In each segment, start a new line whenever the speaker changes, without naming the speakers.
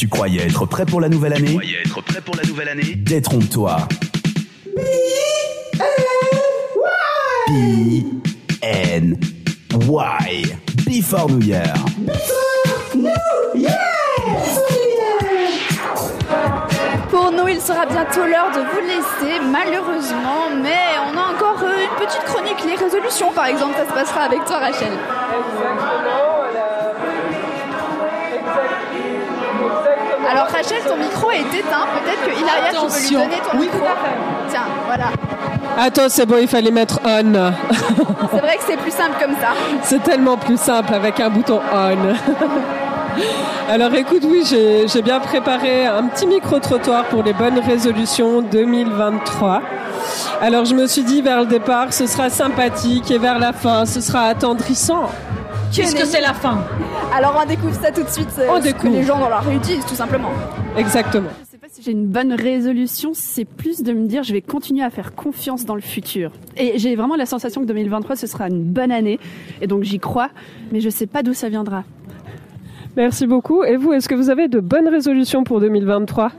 Tu croyais être prêt pour la nouvelle année
Croyez être prêt pour la nouvelle année
Détrompe-toi. B-N-Y. Before New Year.
Pour nous, il sera bientôt l'heure de vous laisser, malheureusement, mais on a encore euh, une petite chronique, les résolutions par exemple, ça se passera avec toi Rachel.
Exactement, la- exact- exactement.
Alors Rachel, ton micro est éteint, peut-être que Hilaria, tu peux lui
Attention.
donner ton
Oui,
micro.
tout à
Tiens, voilà.
Attends, c'est bon, il fallait mettre on.
C'est vrai que c'est plus simple comme ça.
C'est tellement plus simple avec un bouton on. Alors écoute, oui, j'ai j'ai bien préparé un petit micro-trottoir pour les bonnes résolutions 2023. Alors je me suis dit vers le départ, ce sera sympathique et vers la fin, ce sera attendrissant.
Qu'est-ce que c'est
la fin
Alors on découvre ça tout de suite, euh,
On
ce que
découvre.
les gens dans la rue disent tout simplement.
Exactement.
Je sais pas si j'ai une bonne résolution, c'est plus de me dire je vais continuer à faire confiance dans le futur. Et j'ai vraiment la sensation que 2023 ce sera une bonne année et donc j'y crois, mais je sais pas d'où ça viendra.
Merci beaucoup. Et vous, est-ce que vous avez de bonnes résolutions pour 2023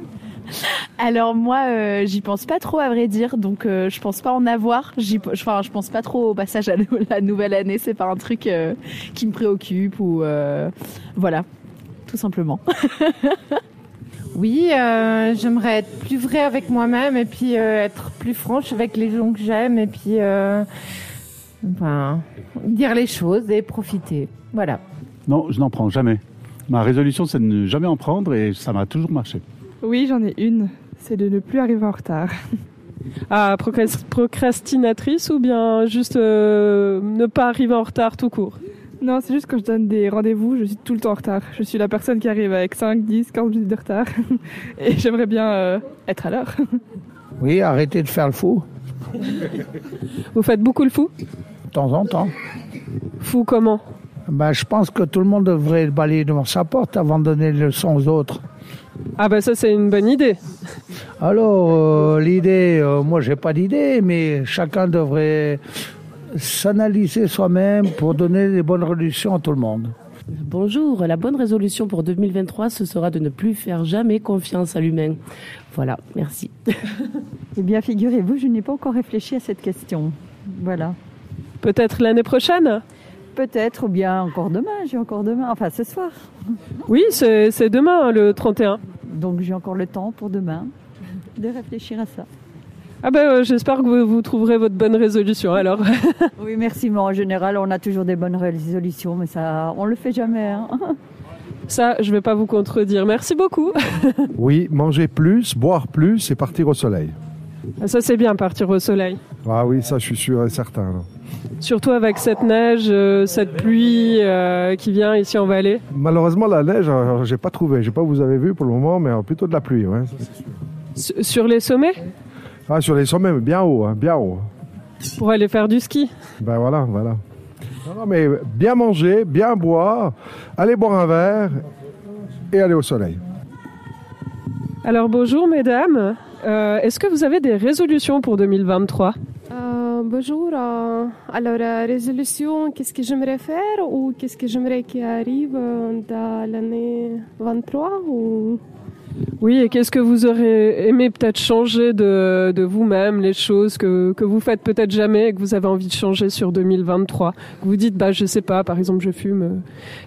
Alors moi, euh, j'y pense pas trop à vrai dire, donc euh, je pense pas en avoir. J'y, enfin, je pense pas trop au passage à nou- la nouvelle année. C'est pas un truc euh, qui me préoccupe ou euh, voilà, tout simplement.
Oui, euh, j'aimerais être plus vraie avec moi-même et puis euh, être plus franche avec les gens que j'aime et puis euh, ben, dire les choses et profiter. Voilà.
Non, je n'en prends jamais. Ma résolution, c'est de ne jamais en prendre et ça m'a toujours marché.
Oui, j'en ai une. C'est de ne plus arriver en retard.
Ah, procras- procrastinatrice ou bien juste euh, ne pas arriver en retard tout court
Non, c'est juste quand je donne des rendez-vous, je suis tout le temps en retard. Je suis la personne qui arrive avec 5, 10, 15 minutes de retard. Et j'aimerais bien euh, être à l'heure.
Oui, arrêtez de faire le fou,
Vous faites beaucoup le fou
de temps en temps.
Fou comment
Ben, je pense que tout le monde devrait balayer devant sa porte avant de donner le leçon aux autres.
Ah bah ça c'est une bonne idée.
Alors, euh, l'idée, euh, moi, j'ai pas d'idée, mais chacun devrait s'analyser soi-même pour donner des bonnes résolutions à tout le monde.
Bonjour, la bonne résolution pour 2023, ce sera de ne plus faire jamais confiance à l'humain. Voilà, merci.
Eh bien, figurez-vous, je n'ai pas encore réfléchi à cette question. Voilà.
Peut-être l'année prochaine
Peut-être, ou bien encore demain, j'ai encore demain, enfin ce soir.
Oui, c'est c'est demain hein, le 31.
Donc j'ai encore le temps pour demain de réfléchir à ça.
Ah bah euh, j'espère que vous, vous trouverez votre bonne résolution alors.
Oui, merci, mais en général, on a toujours des bonnes résolutions, mais ça, on le fait jamais. hein.
Ça, je vais pas vous contredire. Merci beaucoup.
Oui, manger plus, boire plus et partir au soleil.
Ah, Ça c'est bien partir au soleil.
Ah oui, ça je suis sûr et certain. là.
Surtout avec cette neige, euh, cette pluie euh, qui vient ici en vallée.
Malheureusement, la neige, euh, j'ai pas trouvé. Je sais pas vous avez vu pour le moment, mais euh, plutôt de la pluie. ouais.
S- Sur les sommets
Ah, sur les sommets, mais bien haut, hein, bien haut.
pour aller faire du ski.
Ben voilà, voilà. Non, non, mais bien manger, bien boire, aller boire un verre et aller au soleil.
Alors bonjour mesdames. Euh, Est-ce que vous avez des résolutions pour 2023
Euh, bonjour. euh, alors, euh, résolution, qu'est-ce que j'aimerais faire ou qu'est-ce que j'aimerais qu'il arrive euh, dans l'année 23 ou...
Oui, et qu'est-ce que vous aurez aimé peut-être changer de, de vous-même, les choses que, que vous faites peut-être jamais et que vous avez envie de changer sur 2023 Que Vous dites, bah, je sais pas, par exemple, je fume euh,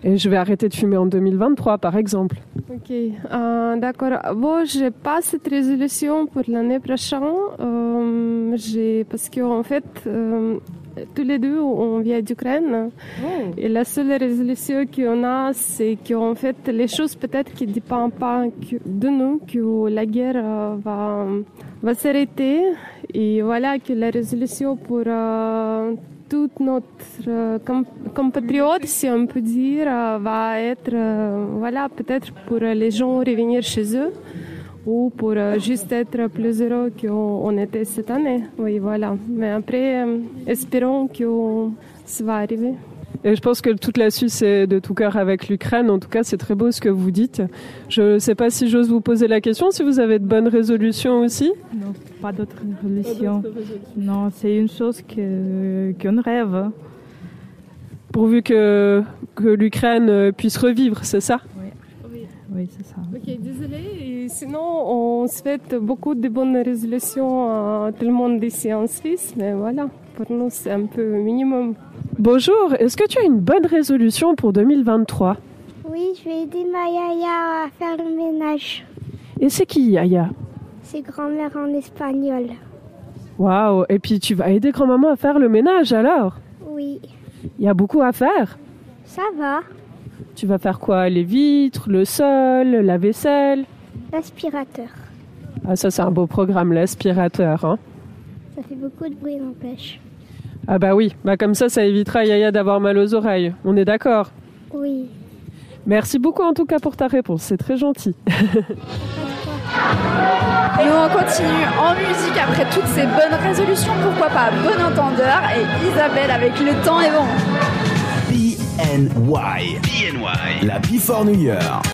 et je vais arrêter de fumer en 2023, par exemple.
Ok, euh, d'accord. Bon, j'ai pas cette résolution pour l'année prochaine. Euh, j'ai parce que en fait, euh, tous les deux, on vient d'Ukraine. Et la seule résolution qu'on a, c'est qu'en fait, les choses peut-être qui dépendent pas que- de nous, que la guerre euh, va, va s'arrêter. Et voilà que la résolution pour euh, toute notre euh, com- compatriote, si on peut dire, euh, va être, euh, voilà, peut-être pour euh, les gens revenir chez eux ou pour euh, juste être plus heureux qu'on on était cette année. Oui, voilà. Mais après, euh, espérons que ça va arriver.
Et je pense que toute la Suisse est de tout cœur avec l'Ukraine. En tout cas, c'est très beau ce que vous dites. Je ne sais pas si j'ose vous poser la question, si vous avez de bonnes résolutions aussi.
Non, pas d'autres résolutions. Non, c'est une chose que qu'on rêve.
Pourvu que, que l'Ukraine euh, puisse revivre, c'est ça
Oui, c'est ça.
Ok, désolé. Et sinon, on souhaite beaucoup de bonnes résolutions à tout le monde ici en Suisse, mais voilà, pour nous, c'est un peu minimum.
Bonjour, est-ce que tu as une bonne résolution pour 2023
Oui, je vais aider ma yaya à faire le ménage.
Et c'est qui Yaya
C'est grand-mère en espagnol.
Waouh, et puis tu vas aider grand-maman à faire le ménage alors
Oui,
Il y a beaucoup à faire.
ça va.
Tu vas faire quoi Les vitres, le sol, la vaisselle
L'aspirateur.
Ah ça c'est un beau programme, l'aspirateur. Hein
Ça fait beaucoup de bruit, n'empêche.
ah bah oui, bah comme ça ça évitera à Yaya d'avoir mal aux oreilles. On est d'accord
Oui.
Merci beaucoup en tout cas pour ta réponse, c'est très gentil.
Et on continue en musique après toutes ces bonnes résolutions, pourquoi pas Bon Entendeur et Isabelle avec le temps est bon.
BNY. La Before New Year.